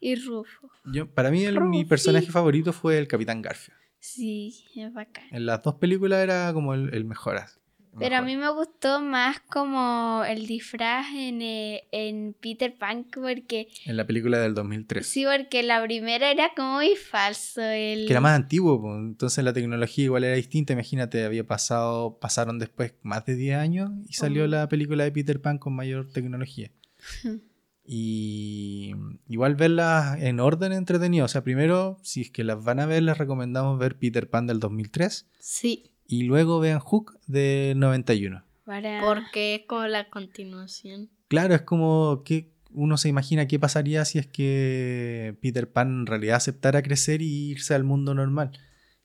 B: y Rufo.
A: Yo, para mí, el- mi
C: Rufi.
A: personaje favorito fue el Capitán Garfio.
B: Sí, es bacán.
A: En las dos películas era como el, el mejor. as-
B: Pero a
A: mejor.
B: mí me gustó más como el disfraz en, eh, en Peter Pan porque
A: En la película del 2003.
B: sí, porque la primera era como muy falso el
A: Que era más antiguo, po, entonces la tecnología igual era distinta. Imagínate, había pasado, pasaron después más de 10 años y salió
B: Oh.
A: la película de Peter Pan con mayor tecnología. y igual verlas en orden entretenido. O sea, primero, si es que las van a ver, les recomendamos ver Peter Pan del 2003
C: Sí,
A: y luego vean Hook del 91.
B: para
C: porque es como la continuación.
A: Claro, es como que uno se imagina qué pasaría si es que Peter Pan en realidad aceptara crecer y irse al mundo normal.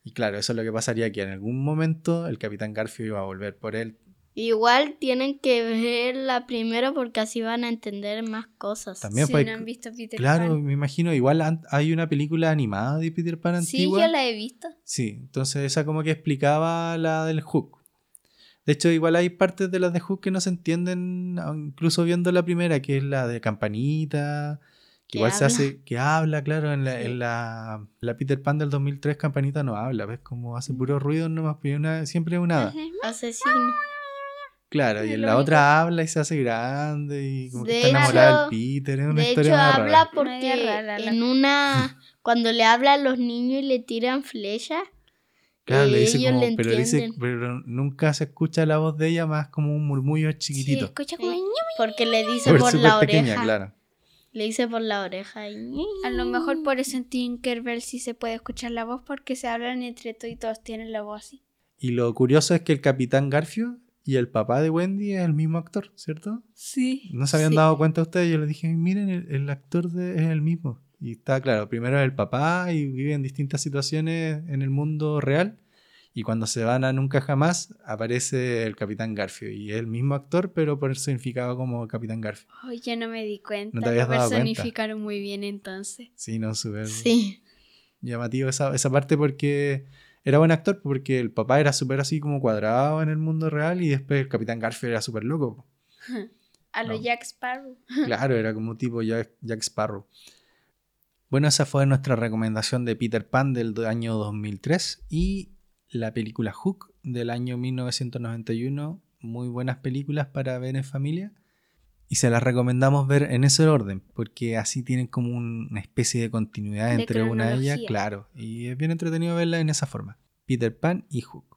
A: Y claro, eso es lo que pasaría que en algún momento el Capitán Garfio iba a volver por él.
C: Igual tienen que verla primero porque así van a entender más cosas.
A: También.
B: si
A: pues,
B: no han visto Peter
A: claro,
B: Pan.
A: me imagino, igual an- hay una película animada de Peter Pan
B: Sí,
A: antigua.
B: yo la he visto.
A: Sí, entonces esa como que explicaba la del Hook. De hecho, igual hay partes de las de Hook que no se entienden, aun- incluso viendo la primera, que es la de Campanita, que
C: Que
A: igual se
C: habla.
A: hace, que habla, claro, en la,
C: Sí.
A: en la, la Peter Pan del 2003, Campanita no habla, ves como
C: Mm.
A: hace puro ruido nomás, pero una, siempre es un hada.
B: Ajá.
C: Asesino.
A: Claro, y
B: Es
A: en
B: lo
A: la
B: único.
A: otra habla y se hace grande y como que
C: De
A: está enamorada
C: hecho-
A: del Peter, es una
C: De
A: historia
C: hecho,
A: más
C: habla
A: rara.
C: porque
B: Media rara la-
C: en una. Cuando le habla a los niños y le tiran flechas.
A: Claro, le
C: eh,
A: dice
C: ellos
A: como,
C: le
A: pero le dice,
C: entienden.
A: pero nunca se escucha la voz de ella más como un murmullo chiquitito.
B: Sí, escucha como
C: Sí.
B: ño.
C: Porque le dice
A: Súper,
C: por
A: súper
C: la
A: pequeña,
C: oreja.
A: claro.
C: Le dice por la oreja. y-
B: A lo mejor por eso en Tinkerbell sí se puede escuchar la voz porque se hablan entre todos y todos tienen la voz así.
A: Y lo curioso es que el capitán Garfio y el papá de Wendy es el mismo actor, ¿cierto?
B: Sí.
A: No se habían
C: Sí.
A: dado cuenta ustedes, yo les dije, miren, el, el actor de- es el mismo. Y está claro, primero es el papá y viven distintas situaciones en el mundo real. Y cuando se van a Nunca Jamás, aparece el Capitán Garfio. Y es el mismo actor, pero personificado como Capitán Garfio.
B: Ay, yo no me di cuenta.
A: No te
B: lo
A: habías dado cuenta.
B: personificaron muy bien entonces.
A: Sí, no, súper
C: Sí.
A: llamativo esa, esa parte porque era buen actor, porque el papá era súper así como cuadrado en el mundo real y después el Capitán Garfio era súper loco. po.
B: A lo
A: No.
B: Jack Sparrow.
A: Claro, era como tipo Jack, Jack Sparrow. Bueno, esa fue nuestra recomendación de Peter Pan del do- año 2003 y la película Hook del año 1991. Muy buenas películas para ver en familia. Y se las recomendamos ver en ese orden, porque así tienen como un- una especie de continuidad
B: De
A: entre una de ellas,
B: cronología.
A: claro. Y es bien entretenido verla en esa forma. Peter Pan y Hook.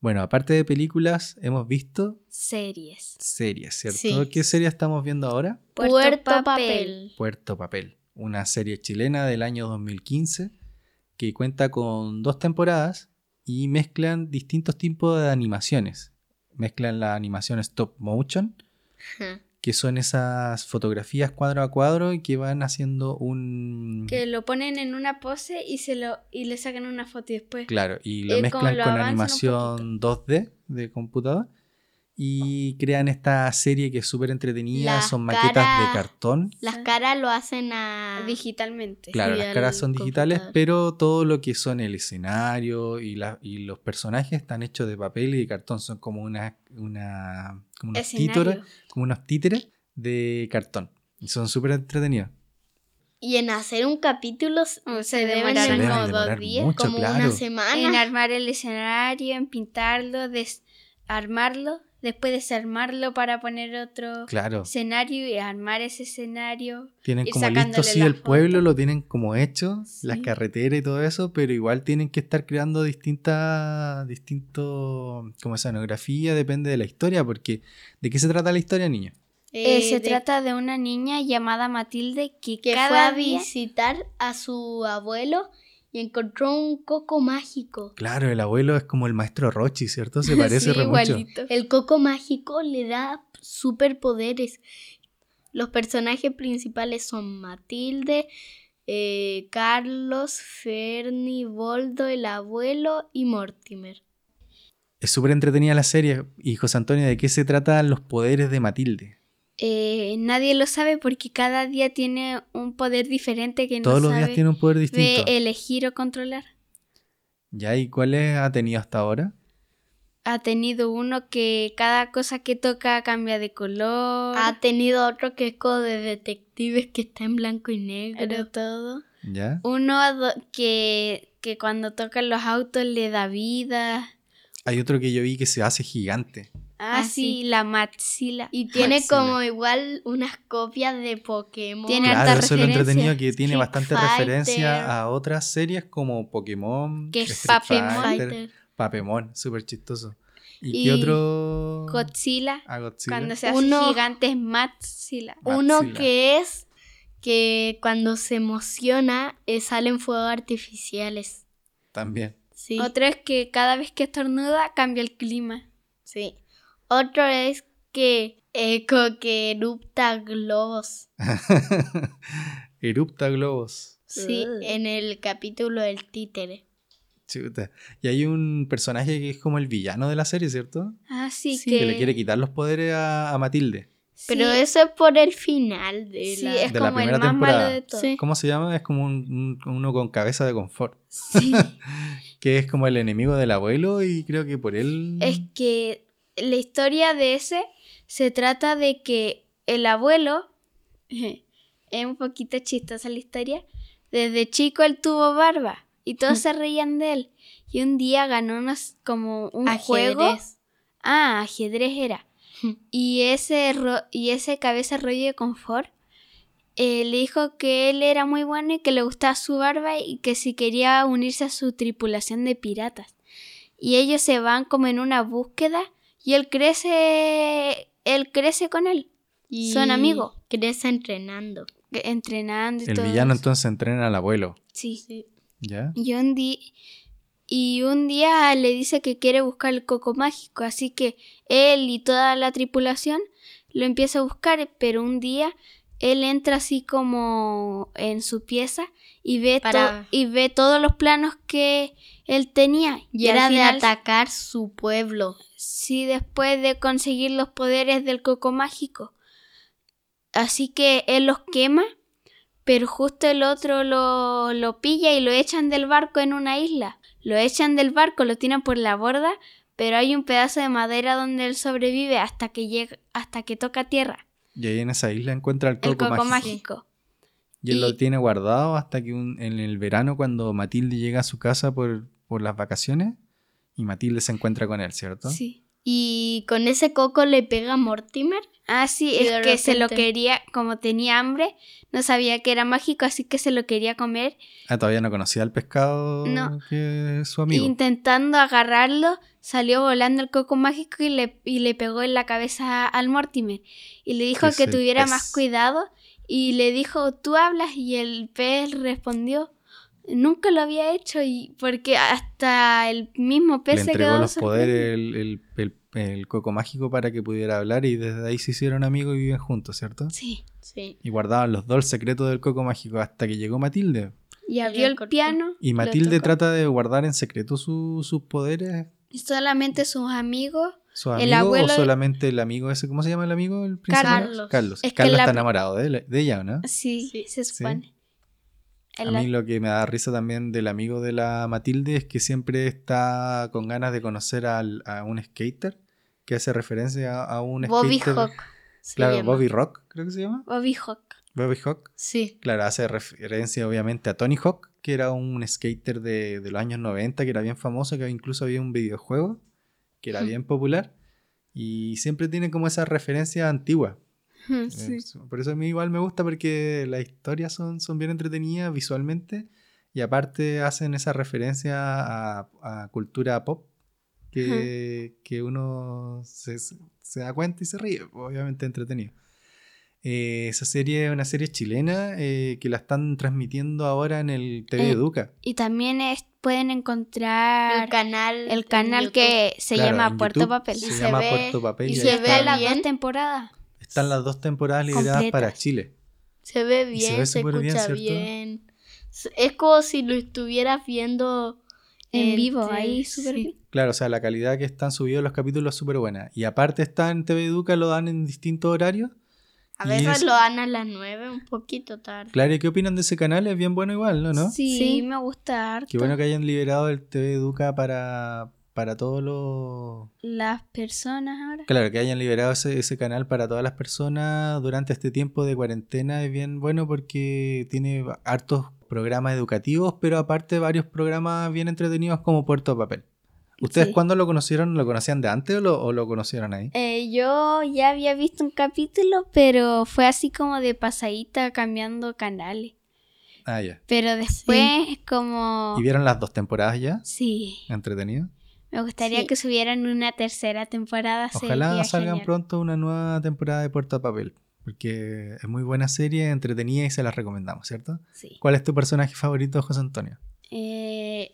A: Bueno, aparte de películas, hemos visto
B: Series.
A: series, ¿cierto?
C: Sí.
A: ¿Qué serie estamos viendo ahora?
C: Puerto, papel.
A: Puerto Papel, una serie chilena del año 2015 que cuenta con dos temporadas y mezclan distintos tipos de animaciones. Mezclan la animación stop motion,
C: Ajá.
A: que son esas fotografías cuadro a cuadro y que van haciendo un...
B: Que lo ponen en una pose y se lo y le sacan una foto y después.
A: Claro, y lo
B: Eh, como
A: mezclan
B: lo
A: con
B: avanzan un
A: animación 2D de computador y crean esta serie que es súper entretenida,
C: Las
A: son maquetas de
C: caras-
A: cartón.
C: Las caras lo hacen a.
B: Digitalmente.
A: ah, Claro,
C: Sí,
A: las
C: al
A: caras son digitales,
C: computador.
A: pero todo lo que son el escenario y, la- y los personajes están hechos de papel y de cartón. Son como, una, una- como unos títeres,
B: Escenario.
A: como unos títeres de cartón. Y son súper entretenidos.
C: Y en hacer un capítulo s-
B: O
C: se
B: se
C: deben
A: Se
B: demoraron
A: deben
C: como
A: demorar
C: dos días,
A: mucho,
C: como
A: claro.
C: una
B: en
C: semana.
B: armar el escenario, en pintarlo, desarmarlo después desarmarlo para poner otro
A: Claro,
B: escenario y armar ese escenario.
A: tienen
B: ir
A: como
B: sacándole
A: listo sí
B: la
A: el pueblo,
B: foto.
A: lo tienen como hecho, las
B: Sí.
A: carreteras y todo eso, pero igual tienen que estar creando distintas, distinto, como escenografía, depende de la historia, porque ¿de qué se trata la historia, niño?
B: Eh,
C: Eh,
B: se
C: de-
B: trata de una niña llamada Matilde que,
C: que fue
B: cada
C: a
B: día
C: visitar a su abuelo y encontró un coco mágico.
A: Claro, el abuelo es como el maestro Rochi, ¿cierto? Se parece
B: Sí,
A: re mucho.
B: igualito.
C: El coco mágico le da superpoderes. Los personajes principales son Matilde, eh, Carlos, Ferni, Boldo, el abuelo y Mortimer.
A: Es súper entretenida la serie. Y José Antonio, ¿de qué se tratan los poderes de Matilde?
B: Eh, nadie lo sabe porque cada día tiene un poder diferente que no
A: Todos los
B: sabe
A: días tiene un poder
B: de
A: distinto.
B: elegir o controlar.
A: ¿Ya? ¿Y cuáles ha tenido hasta ahora?
B: Ha tenido uno que cada cosa que toca cambia de color.
C: Ha tenido otro que es como de detectives que está en blanco y negro.
B: pero todo.
A: ¿Ya?
B: Uno do- que, que cuando tocan los autos le da vida.
A: Hay otro que yo vi que se hace gigante.
B: Ah,
C: Ah,
B: sí,
C: sí.
B: la maxila.
C: Y tiene
A: Maxime.
C: como igual unas copias de Pokémon.
B: Tiene harta
A: Claro, eso es lo
B: referencia.
A: entretenido que tiene
C: Street
A: bastante
C: Fighter.
A: referencia a otras series como Pokémon,
B: Que es
A: Street
B: Papemon.
A: Fighter, Papemon, súper chistoso. ¿Y,
C: Y
A: qué otro?
B: Godzilla.
A: Ah, Godzilla.
B: Cuando se hace
C: Uno-
B: gigante es maxila.
C: Uno
A: Maxila.
C: que es que cuando se emociona eh, salen fuegos artificiales.
A: También.
C: Sí.
B: Otro es que cada vez que estornuda cambia el clima.
C: Sí. Otro es que eco que erupta globos.
A: Erupta Globos.
C: Sí,
B: Ugh.
C: en el capítulo del títere.
A: Chuta. Y hay un personaje que es como el villano de la serie, ¿cierto?
B: Ah, sí,
C: Sí,
B: que...
A: Que le quiere quitar los poderes a, a Matilde.
B: sí,
C: Pero eso es por el final de
B: sí,
C: la...
B: es
A: de la
B: como el
A: primera
B: más
A: temporada.
B: malo de todos.
C: Sí.
A: ¿Cómo se llama? Es como un- un- uno con cabeza de confort.
B: Sí.
A: Que es como el enemigo del abuelo y creo que por él...
B: es que la historia de ese se trata de que el abuelo, es un poquito chistosa la historia, desde chico él tuvo barba y todos se reían de él. Y un día ganó unos, como un juego.
C: Ajedrez.
B: Ah, ajedrez era. Y ese, ro- y ese cabeza rollo de confort eh, le dijo que él era muy bueno y que le gustaba su barba y que si quería unirse a su tripulación de piratas. Y ellos se van como en una búsqueda y él crece, él crece con él,
C: Y
B: Son amigos.
C: Crece entrenando.
B: que- entrenando y
A: El
B: todo.
A: villano
B: eso.
A: entonces entrena al abuelo.
B: Sí.
A: ¿Ya?
B: Y un, di- y un día le dice que quiere buscar el coco mágico, así que él y toda la tripulación lo empieza a buscar, pero un día él entra así como en su pieza y ve, to-
C: Para-
B: y ve todos los planos que él tenía.
C: Y era
B: al
C: de
B: final,
C: atacar su pueblo.
B: Sí, después de conseguir los poderes del coco mágico. Así que él los quema, pero justo el otro lo, lo pilla y lo echan del barco en una isla. Lo echan del barco, lo tiran por la borda, pero hay un pedazo de madera donde él sobrevive hasta que llega, hasta que toca tierra,
A: Y ahí en esa isla encuentra el coco,
B: el coco
A: mágico.
B: mágico.
A: Y él lo
B: Y-
A: tiene guardado hasta que un- en el verano cuando Matilde llega a su casa por, por las vacaciones y Matilde se encuentra con él, ¿cierto?
B: Sí.
C: Y con ese coco le pega a Mortimer.
B: Ah, sí,
C: Y
B: es
C: de
B: que se lo
C: repente-
B: quería, como tenía hambre, no sabía que era mágico, así que se lo quería comer
A: Ah, todavía no conocía al pescado
B: No.
A: que es su amigo.
B: Intentando agarrarlo, salió volando el coco mágico y le, y le pegó en la cabeza al Mortimer. Y le dijo
A: Es
B: que
A: el
B: tuviera
A: pez.
B: más cuidado. Y le dijo, tú hablas. Y el pez respondió, nunca lo había hecho. Y porque hasta el mismo pez
A: Le
B: se
A: entregó
B: quedó
A: los
B: sorprendido.
A: poderes el, el- el- el coco mágico para que pudiera hablar y desde ahí se hicieron amigos y viven juntos, ¿cierto?
B: Sí.
C: Sí.
A: Y guardaban los dos secretos del coco mágico hasta que llegó Matilde.
B: Y abrió el
C: cortó.
B: piano.
A: Y
B: lo
A: Matilde
B: tocó.
A: trata de guardar en secreto su- sus poderes,
B: Y Solamente sus amigos.
A: su
B: El
A: amigo o
B: abuelo-
A: solamente el amigo ese, ¿cómo se llama el amigo? El príncipe?
C: Carlos.
A: Carlos,
B: Es que
A: Carlos
B: la
A: está
B: pri-
A: enamorado de, él- de ella, ¿o ¿no?
B: Sí,
C: Sí.
B: se supone.
A: A
B: El-
A: mí lo que me da risa también del amigo de la Matilde es que siempre está con ganas de conocer al- a un skater que hace referencia a, a un
C: Bobby
A: skater.
C: Hawk. se
A: Claro,
C: llama.
A: Bobby Rock, creo que se llama.
B: Bobby Hawk.
A: Bobby Hawk.
C: Sí.
A: Claro, hace referencia obviamente a Tony Hawk, que era un skater de, de los años 90, que era bien famoso, que incluso había un videojuego, que era
C: Mm.
A: bien popular. Y siempre tiene como esa referencia antigua. Eh,
B: Sí.
A: Es- pues, Por eso a mí igual me gusta porque las historias son, son bien entretenidas visualmente y aparte hacen esa referencia a, a cultura pop que, que uno se, se da cuenta y se ríe, obviamente entretenido. Eh, esa serie es una serie chilena eh, que la están transmitiendo ahora en el TV
C: Mm.
B: Eh,
A: Educa.
B: Y también es- pueden
C: El
B: encontrar
C: canal.
B: el, canal
C: en
B: que se
A: Claro,
B: llama
A: en
B: Puerto
A: YouTube
B: Papel.
A: Se,
C: Y se
A: llama
C: ve-
A: Puerto Papel
C: y
A: y,
C: se
A: ahí
C: ve
A: están,
B: las
C: bien.
B: dos temporadas.
A: están las dos temporadas lideradas
B: Completas.
A: para Chile.
C: YouTube. Se ve
A: Y se
C: bien,
A: ve
C: se,
A: súper bien,
C: escucha
A: ¿cierto?
C: bien. S- Es como si lo estuvieras viendo
B: En
C: entre-
B: vivo, ahí súper
C: sí.
B: bien.
A: Claro, o sea, la calidad que están subidos los capítulos es súper buena. Y aparte está en TV Educa, lo dan en distintos horarios.
C: A
A: Y
C: veces
A: es-
C: lo dan a las nueve, un poquito tarde.
A: Claro, ¿y qué opinan de ese canal? Es bien bueno igual, ¿no? ¿No?
B: Sí,
C: Sí.
B: me gusta harto.
A: Qué bueno que hayan liberado el TV Educa para, para todos los...
B: Las personas ahora.
A: Claro, que hayan liberado ese, ese canal para todas las personas durante este tiempo de cuarentena es bien bueno porque tiene hartos programas educativos, pero aparte varios programas bien entretenidos como Puerto Papel. ¿Ustedes
B: Sí.
A: cuándo lo conocieron? ¿Lo conocían de antes o lo, o lo conocieron ahí?
B: Eh, yo ya había visto un capítulo, pero fue así como de pasadita cambiando canales.
A: Ah, ya.
B: Pero después es como...
A: ¿Y vieron las dos temporadas ya?
B: Sí,
A: Entretenido.
B: me gustaría
C: Sí.
B: que subieran una tercera temporada.
A: Ojalá
B: sería
A: salgan
B: genial.
A: pronto una nueva temporada de Puerto a Papel, porque es muy buena serie, entretenida y se las recomendamos, ¿cierto?
B: Sí.
A: ¿Cuál es tu personaje favorito, José Antonio?
B: Eh,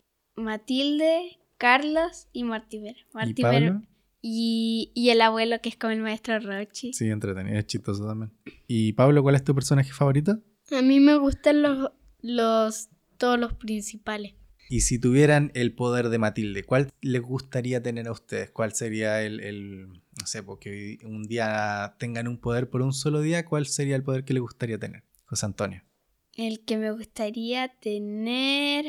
B: Matilde, Carlos y Martimer.
A: ¿Y Pablo?
B: Y, y el abuelo que es como el maestro Rochi.
A: Sí, entretenido, es chistoso también. ¿Y Pablo, cuál es tu personaje favorito?
C: A mí me gustan los, los todos los principales.
A: Y si tuvieran el poder de Matilde, ¿cuál les gustaría tener a ustedes? ¿Cuál sería el, el- no sé, porque hoy- un día tengan un poder por un solo día, ¿cuál sería el poder que les gustaría tener, José Antonio?
B: El que me gustaría tener,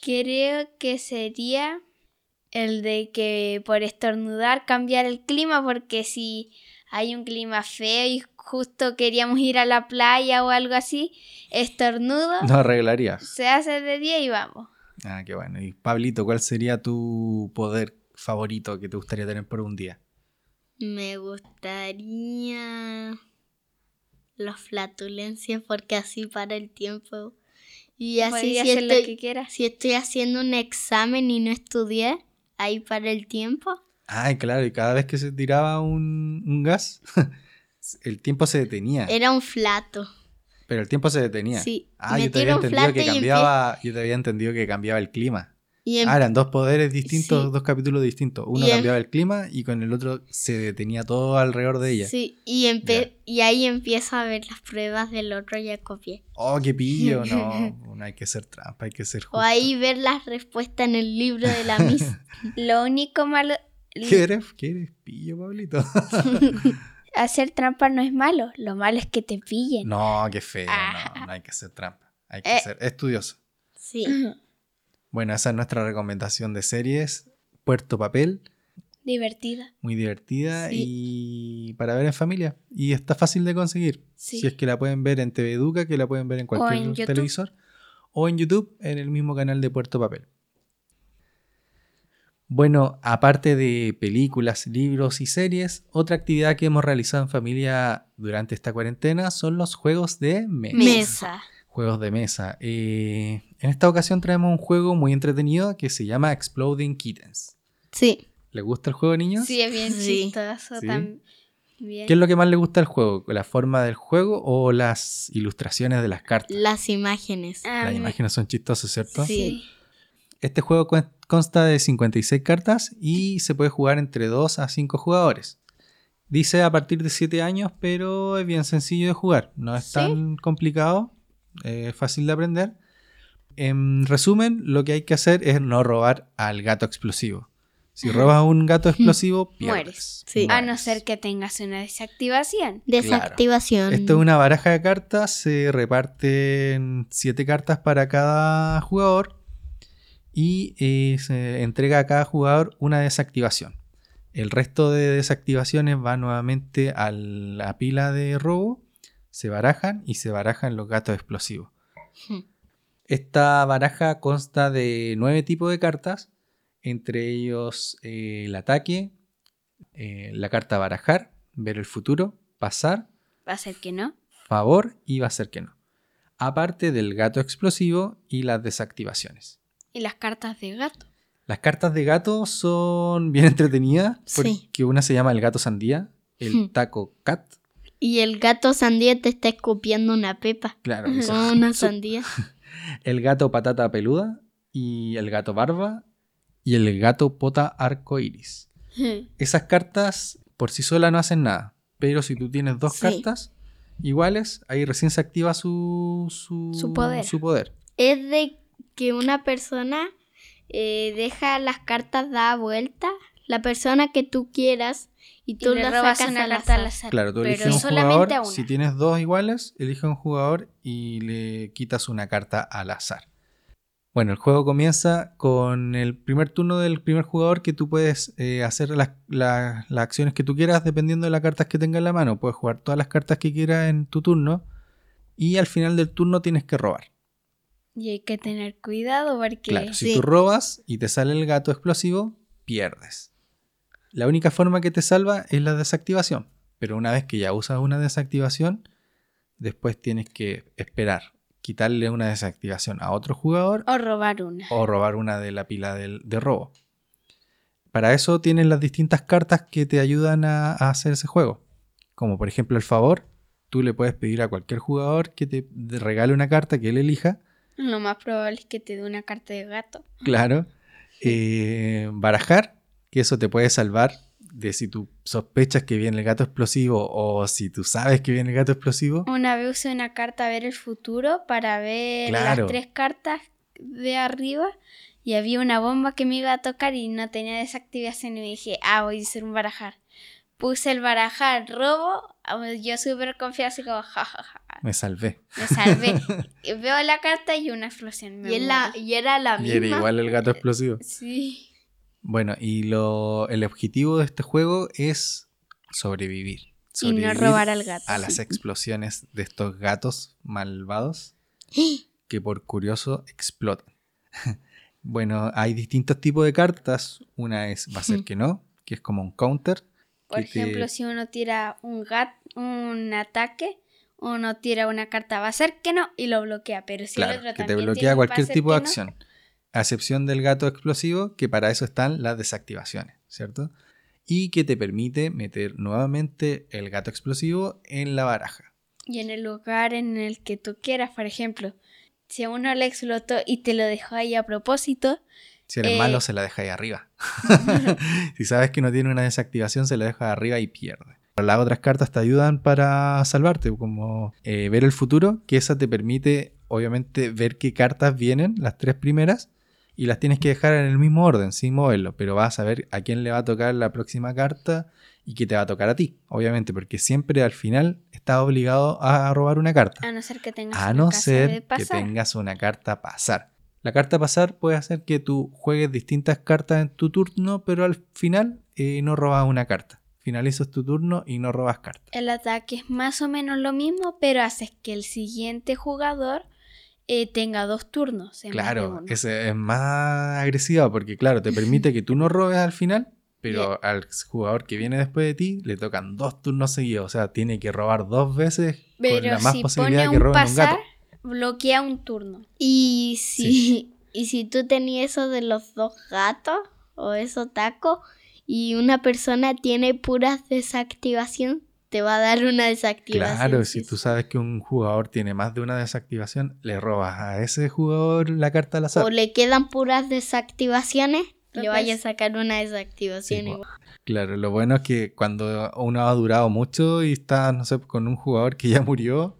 B: creo que sería el de que por estornudar cambiar el clima, porque si hay un clima feo y justo queríamos ir a la playa o algo así, estornudo,
A: No arreglarías.
B: se hace de día y vamos.
A: Ah, qué bueno. Y Pablito, ¿cuál sería tu poder favorito que te gustaría tener por un día?
C: Me gustaría las flatulencias porque así para el tiempo. Y así
B: Podría
C: si
B: hacer lo
C: estoy,
B: que quieras.
C: si estoy haciendo un examen y no estudié, ahí para el tiempo.
A: Ay, claro, y cada vez que se tiraba un, un gas, el tiempo se detenía.
C: Era un flato.
A: Pero el tiempo se detenía.
C: Sí,
A: Ah,
C: me
A: yo te había
C: tiro un
A: entendido
C: flato
A: que
C: y, empie-
A: cambiaba. Yo te había entendido que cambiaba el clima.
C: y em-
A: Ah, eran dos poderes distintos,
C: Sí.
A: dos capítulos distintos. Uno
C: Y em-
A: cambiaba el clima y con el otro se detenía todo alrededor de ella.
C: sí, y, empe- y ahí empiezo a ver las pruebas del otro ya copié.
A: Oh, qué pillo. No, no hay que ser trampa, hay que ser justo.
C: O ahí ver las respuestas en el libro de la Miss.
B: Lo único malo,
A: ¿Qué eres? ¿Qué eres? Pillo, Pablito.
B: hacer trampa no es malo, lo malo es que te pillen.
A: No, qué feo. No,
B: Ah.
A: no hay que hacer trampa. Hay que
B: Eh.
A: ser estudioso.
C: Sí.
A: Bueno, esa es nuestra recomendación de series. Puerto Papel,
B: Divertida.
A: muy divertida
C: Sí.
A: y para ver en familia. Y está fácil de conseguir.
B: Sí.
A: Si es que la pueden ver en TV Educa, que la pueden ver en cualquier
B: en YouTube.
A: televisor. O en YouTube, en el mismo canal de Puerto Papel. Bueno, aparte de películas, libros y series, otra actividad que hemos realizado en familia durante esta cuarentena son los juegos de mesa
C: Mesa.
A: juegos de mesa. Eh, en esta ocasión traemos un juego muy entretenido que se llama Exploding Kittens.
C: Sí.
A: ¿Les gusta el juego, niños?
B: Sí, es bien
C: Sí.
B: chistoso
A: Sí.
B: también.
A: ¿Qué es lo que más les gusta del juego? ¿La forma del juego o las ilustraciones de las cartas?
C: Las imágenes.
B: Ah,
A: Las
B: me-
A: imágenes son chistosas, ¿cierto?
C: Sí.
A: Este juego cuen- consta de 56 cartas y se puede jugar entre 2 a 5 jugadores. Dice a partir de 7 años, pero es bien sencillo de jugar. No es
C: Sí.
A: tan complicado, eh, es fácil de aprender. En resumen, lo que hay que hacer es no robar al gato explosivo. Si robas a un gato explosivo, pierdes.
B: Mueres.
C: Sí.
B: A no ser que tengas una desactivación.
C: Desactivación.
A: Esto es una baraja de cartas, se reparten siete cartas para cada jugador y eh, se entrega a cada jugador una desactivación. El resto de desactivaciones va nuevamente a la pila de robo, se barajan y se barajan los gatos explosivos.
C: Hmm.
A: Esta baraja consta de nueve tipos de cartas, entre ellos eh, el ataque, eh, la carta barajar, ver el futuro, pasar,
B: Va a ser que no.
A: favor y va a ser que no. Aparte del gato explosivo y las desactivaciones.
B: Y las cartas de gato.
A: Las cartas de gato son bien entretenidas porque
C: Sí.
A: una se llama el gato sandía, el
C: Hmm.
A: taco cat,
C: Y el gato sandía te está escupiendo una pepa.
A: claro, y son-
C: Como una
A: son-
C: sandía.
A: el gato patata peluda y el gato barba y el gato pota arcoiris. Esas cartas por sí solas no hacen nada, pero si tú tienes dos
C: Sí.
A: cartas iguales, ahí recién se activa su, su,
B: Su poder.
A: su poder.
C: Es de que una persona eh, deja las cartas da vuelta, la persona que tú quieras, y
B: Y
C: tú
B: le
C: las
B: robas
C: sacas
B: una
C: al
B: carta al
C: azar.
B: azar.
A: Claro, tú
B: pero
A: eliges un
B: solamente
A: jugador,
B: a una.
A: si tienes dos iguales, elige un jugador y le quitas una carta al azar. Bueno, el juego comienza con el primer turno del primer jugador que tú puedes eh, hacer las, la- las acciones que tú quieras dependiendo de las cartas que tenga en la mano. Puedes jugar todas las cartas que quieras en tu turno y al final del turno tienes que robar.
B: Y hay que tener cuidado porque
A: Claro, si
C: Sí.
A: tú robas y te sale el gato explosivo, pierdes. La única forma que te salva es la desactivación, pero una vez que ya usas una desactivación, después tienes que esperar, quitarle una desactivación a otro jugador
B: o robar una.
A: o robar una de la pila del- de, robo. Para eso tienes las distintas cartas que te ayudan a, a hacer ese juego. Como por ejemplo el favor, tú le puedes pedir a cualquier jugador que te regale una carta que él elija
B: Lo más probable es que te dé una carta de gato.
A: Claro. Eh, barajar, que eso te puede salvar de si tú sospechas que viene el gato explosivo o si tú sabes que viene el gato explosivo.
B: Una vez usé una carta a ver el futuro para ver
A: Claro.
B: las tres cartas de arriba y había una bomba que me iba a tocar y no tenía desactivación y me dije, ah, voy a hacer un barajar. Puse el barajar, robo, ah, yo súper confiada así como, jajaja,
A: Me salvé.
B: me salvé. Y veo la carta y una explosión. Me
C: Y, es la-
B: muero.
C: y era la
A: Y
C: misma.
A: era igual el gato explosivo.
B: Sí.
A: Bueno, y lo, el objetivo de este juego es sobrevivir.
B: Y no
A: Sobrevivir
B: robar al gato.
A: a las explosiones de estos gatos malvados
B: ¡Ah!
A: que por curioso explotan. bueno, hay distintos tipos de cartas. Una es va a ser que no, que es como un counter.
B: Por
A: que te-
B: ejemplo, si uno tira un gat, un ataque, uno tira una carta, va a ser que no, y lo bloquea. Pero si el
A: Claro,
B: otro
A: que te
B: también
A: bloquea
B: tiene, va a
A: cualquier
B: ser
A: tipo de
B: que no,
A: acción. A excepción del gato explosivo, que para eso están las desactivaciones, ¿cierto? Y que te permite meter nuevamente el gato explosivo en la baraja.
B: Y en el lugar en el que tú quieras, por ejemplo, si a uno le explotó y te lo dejó ahí a propósito,
A: Si eres
B: Eh.
A: malo, se la deja ahí arriba. si sabes que no tiene una desactivación, se la deja arriba y pierde. Pero las otras cartas te ayudan para salvarte, como eh, ver el futuro, que esa te permite, obviamente, ver qué cartas vienen, las tres primeras, y las tienes que dejar en el mismo orden, sin moverlo, pero vas a ver a quién le va a tocar la próxima carta y qué te va a tocar a ti, obviamente, porque siempre al final estás obligado a robar una carta.
B: a no ser que tengas
A: A
B: una
A: no
B: casa de
A: ser que
B: pasar.
A: tengas una carta pasar. La carta pasar puede hacer que tú juegues distintas cartas en tu turno, pero al final eh, no robas una carta. Finalizas tu turno y no robas carta.
B: El ataque es más o menos lo mismo, pero haces que el siguiente jugador eh, tenga dos turnos. en vez de
A: Claro,
B: uno.
A: ese es más agresiva porque, claro, te permite que tú no robes al final, pero al jugador que viene después de ti le tocan dos turnos seguidos. O sea, tiene que robar dos veces con
B: Pero
A: la más
B: si
A: posibilidad
B: pone
A: de que
B: un
A: roben un
B: pasar,
A: gato.
B: bloquea un turno.
C: Y si, y si tú tenías eso de los dos gatos o esos tacos y una persona tiene puras desactivación, te va a dar una desactivación.
A: Claro,
C: sí,
A: si tú sabes que un jugador tiene más de una desactivación, le robas a ese jugador la carta al azar.
C: o le quedan puras desactivaciones, le
B: Entonces-
C: vaya a sacar una desactivación
A: Sí,
C: igual.
A: Claro, lo bueno es que cuando uno ha durado mucho y está, no sé, con un jugador que ya murió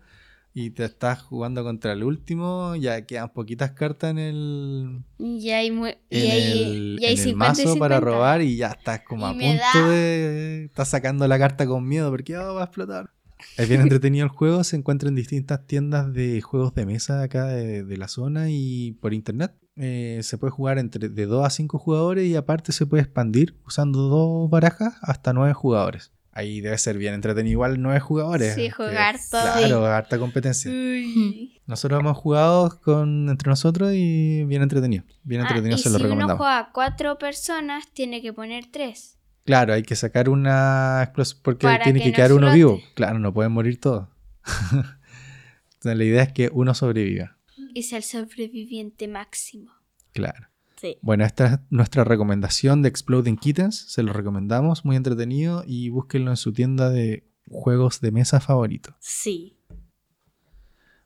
A: y te estás jugando contra el último, ya quedan poquitas cartas en el,
B: Y hay, mu- y
A: en
B: hay-
A: el-
B: y hay
A: en el
B: 50 y
A: mazo para
B: 50.
A: robar y ya estás como a
C: Y me
A: punto
C: da-
A: de... Estás sacando la carta con miedo porque oh, va a explotar. Es bien entretenido el juego, se encuentra en distintas tiendas de juegos de mesa acá de, de la zona y por internet. Eh, se puede jugar entre de 2 a 5 jugadores y aparte se puede expandir usando dos barajas hasta 9 jugadores. Ahí debe ser bien entretenido igual 9 jugadores. eh,
B: Sí, Mm.
A: que-
B: jugar todo.
A: Claro, harta competencia.
B: Uy.
A: Nosotros hemos jugado con, entre nosotros y bien entretenido. Bien
B: Ah,
A: entretenido,
B: y
A: se lo
B: si uno
A: recomendamos.
B: juega a cuatro personas, tiene que poner tres.
A: Claro, hay que sacar una explosión porque
B: Para
A: tiene
B: que
A: que,
B: no
A: quedar uno
B: explote.
A: vivo. Claro, no pueden morir todos. Entonces, la idea es que uno sobreviva.
B: Es el sobreviviente máximo.
A: Claro.
C: Sí.
A: Bueno, esta es nuestra recomendación de Exploding Kittens. Se lo recomendamos, muy entretenido y búsquenlo en su tienda de juegos de mesa favorito.
C: Sí.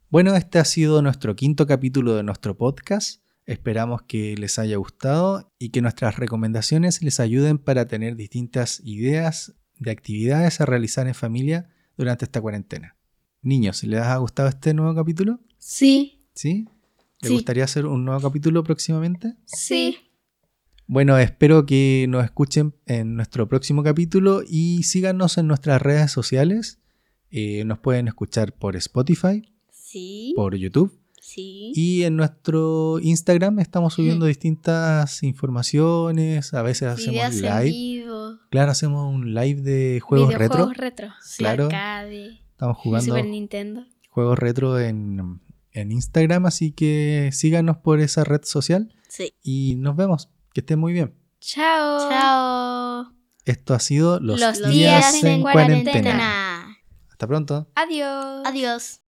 A: Bueno, este ha sido nuestro quinto capítulo de nuestro podcast. Esperamos que les haya gustado y que nuestras recomendaciones les ayuden para tener distintas ideas de actividades a realizar en familia durante esta cuarentena. Niños, ¿les ha gustado este nuevo capítulo?
C: Sí.
A: ¿Sí? ¿Les
C: Sí.
A: gustaría hacer un nuevo capítulo próximamente?
C: Sí.
A: Bueno, espero que nos escuchen en nuestro próximo capítulo y síganos en nuestras redes sociales. Eh, nos pueden escuchar por Spotify,
C: Sí.
A: por YouTube
C: Sí.
A: y en nuestro Instagram estamos subiendo distintas informaciones. A veces hacemos
C: Videos en
A: live.
C: vivo.
A: Claro, hacemos un live de juegos retro.
B: Videojuegos retro.
C: Sí,
A: Claro.
C: arcade.
A: Estamos jugando
B: Super Nintendo.
A: juegos retro en, en Instagram, así que síganos por esa red social
C: Sí.
A: y nos vemos. Que estén muy bien.
B: Chao.
C: Chao.
A: Esto ha sido Los,
B: Los
A: días, en cuarentena.
C: cuarentena.
A: Hasta pronto.
B: Adiós.
C: Adiós.